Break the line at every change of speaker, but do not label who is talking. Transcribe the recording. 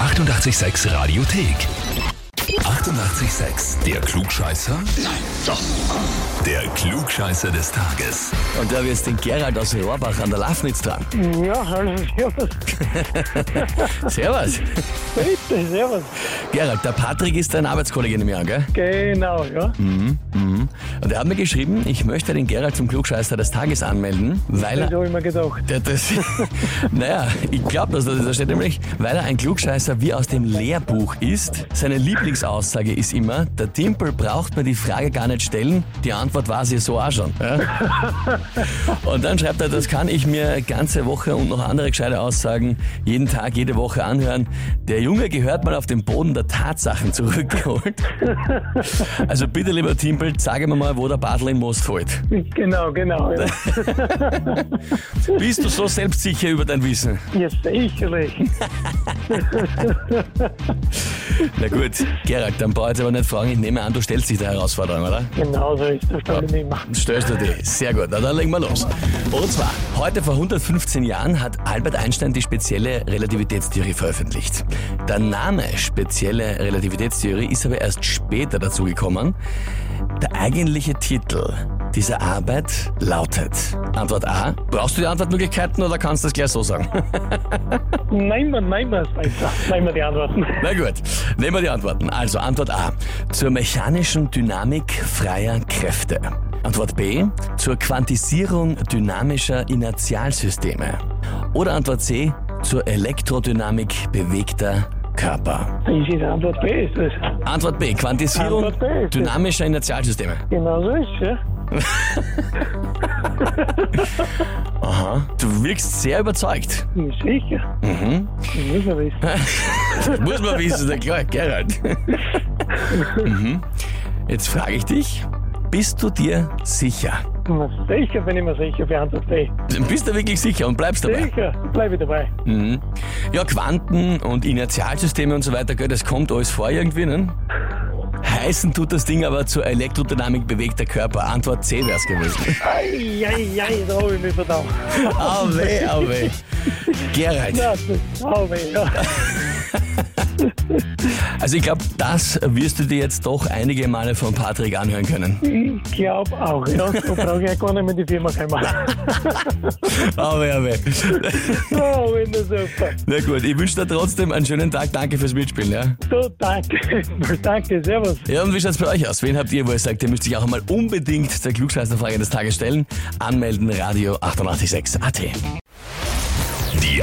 886 Radiothek. 88,6. Der Klugscheißer? Nein, doch. Der Klugscheißer des Tages.
Und da wird's den Gerald aus Rohrbach an der Lafnitz dran.
Ja, hallo, servus.
Servus.
Bitte, servus.
Gerald, der Patrick ist dein Arbeitskollege im Jahr, gell?
Genau, ja.
Und er hat mir geschrieben, ich möchte den Gerald zum Klugscheißer des Tages anmelden, weil
Das
er...
habe ich mir gedacht.
Der, das, naja, ich glaube, dass das da steht nämlich, weil er ein Klugscheißer wie aus dem Lehrbuch ist. Seine Lieblingsaussage ist immer, der Timpel braucht mir die Frage gar nicht stellen, die Antwort war sie so auch schon. Ja? Und dann schreibt er, das kann ich mir ganze Woche und noch andere gescheite Aussagen jeden Tag, jede Woche anhören. Der Junge gehört mal auf den Boden der Tatsachen zurückgeholt. Also bitte, lieber Timpel, sage mir mal, wo der Bartel in Most holt.
Genau, genau. Ja,
Bist du so selbstsicher über dein Wissen?
ja sicherlich.
Na gut, Gerald, dann brauche ich jetzt aber nicht fragen. Ich nehme an, du stellst dich der Herausforderung, oder?
Genau so ist das dann immer.
Stellst du dich. Sehr gut, na dann legen wir los. Und zwar, heute vor 115 Jahren hat Albert Einstein die spezielle Relativitätstheorie veröffentlicht. Der Name spezielle Relativitätstheorie ist aber erst später dazugekommen. Der eigentliche Titel dieser Arbeit lautet Antwort A. Brauchst du die Antwortmöglichkeiten oder kannst du das gleich so sagen?
Nein, man, nein, man ist weiter. Nein, man die Antworten.
Na gut, nehmen wir die Antworten. Also Antwort A, zur mechanischen Dynamik freier Kräfte. Antwort B, zur Quantisierung dynamischer Inertialsysteme. Oder Antwort C, zur Elektrodynamik bewegter Körper.
Das ist Antwort B, ist das.
Antwort B, Quantisierung
Antwort B ist es.
dynamischer Inertialsysteme.
Genau so ist es, ja.
Aha, du wirkst sehr überzeugt.
Ja, Sicher. Mhm. Ich muss ja wissen.
Das muss man wissen, na klar, Gerald. mhm. Jetzt frage ich dich, bist du dir sicher?
Na, Sicher bin ich mir sicher für Antwort B.
Bist du wirklich sicher und bleibst dabei?
Sicher, bleibe ich dabei.
Mhm. Ja, Quanten und Inertialsysteme und so weiter, gell, das kommt alles vor irgendwie, ne? Heißen tut das Ding aber zur Elektrodynamik bewegter Körper. Antwort C wär's gewesen.
Eieiei, da habe ich mich verdammt.
Au weh, au weh. Gerald,
Ja, das habe ich, ja.
also ich glaube, das wirst du dir jetzt doch einige Male von Patrick anhören können.
Ich glaube auch, ja. Da brauche ich auch gar nicht mehr die Firma keinmal.
Au weh, au weh.
Oh, wenn das super.
Na gut, ich wünsche dir trotzdem einen schönen Tag. Danke fürs Mitspielen, ja?
So, danke. danke, servus.
Ja, und wie schaut's bei euch aus? Wen habt ihr, wo ihr sagt, ihr müsst euch auch einmal unbedingt der Klugscheißerfrage des Tages stellen? Anmelden, Radio 886 AT.
Die